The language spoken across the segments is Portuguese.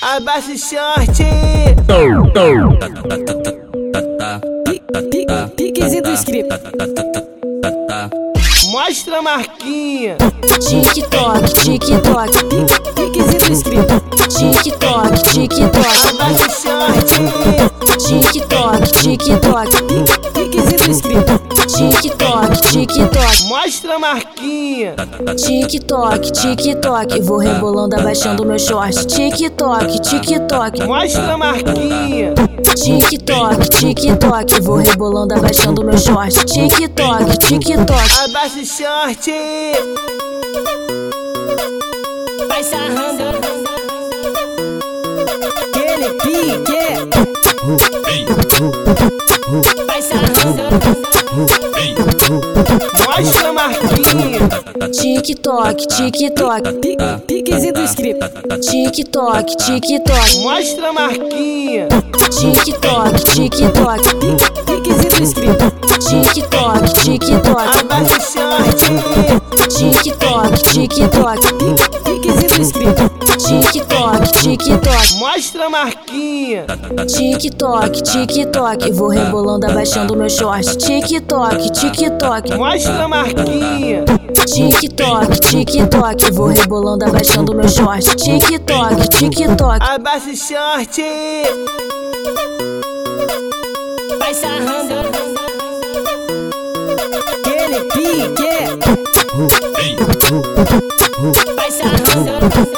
Abaixa o short! Piquezinho do script. Mostra a marquinha! Tic-toc, tic-toc. Piquezinho do script. Tic-toc, tic-toc. Abaixa o short! Tic-toc, tic-toc. Piquezinho do script. Tic-toc, tic-toc. Mostra a marquinha! Tic-toc, tic-toc. Vou rebolando, abaixando meu short. Tic-toc, tic-toc. Mostra a marquinha! Tic-toc, tic-toc. Vou rebolando, abaixando meu short. Tic-toc, tic-toc. Abaixa o short! vai sarrando. Aquele pique. Vai sarrando. Mostra a marquinha! Tic-toc, tic-toc. Pi- Piquezinho do script. Tic-toc, tic-toc. Mostra a marquinha! Tic-toc, tic-toc. Pi- Piquezinho do script. Tic-toc, tic-toc. Abaixa o short! Tic-toc, tic-toc. Pi- Piquezinho do script. Tic-toc, tic-toc. Mostra a marquinha! Tic-toc, tic-toc. Vou rebolando, abaixando meu short. Tic-toc, tic-toc. Mostra a marquinha! Tic-toc, tic-toc. Vou rebolando, abaixando meu short. Tic-toc, tic-toc. Abaixa o short! Vai sarrando. Aquele pique. Vai sarrando.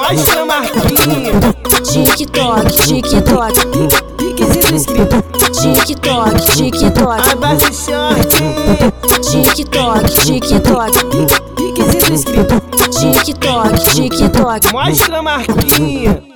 Mostra a marquinha! Tic-toc, tic-toc. Piquezinho do script. Tic-toc, tic-toc. Abaixa o short! Tic-toc, tic-toc. Piquezinho do script. Tic-toc, tic-toc. Mostra a marquinha!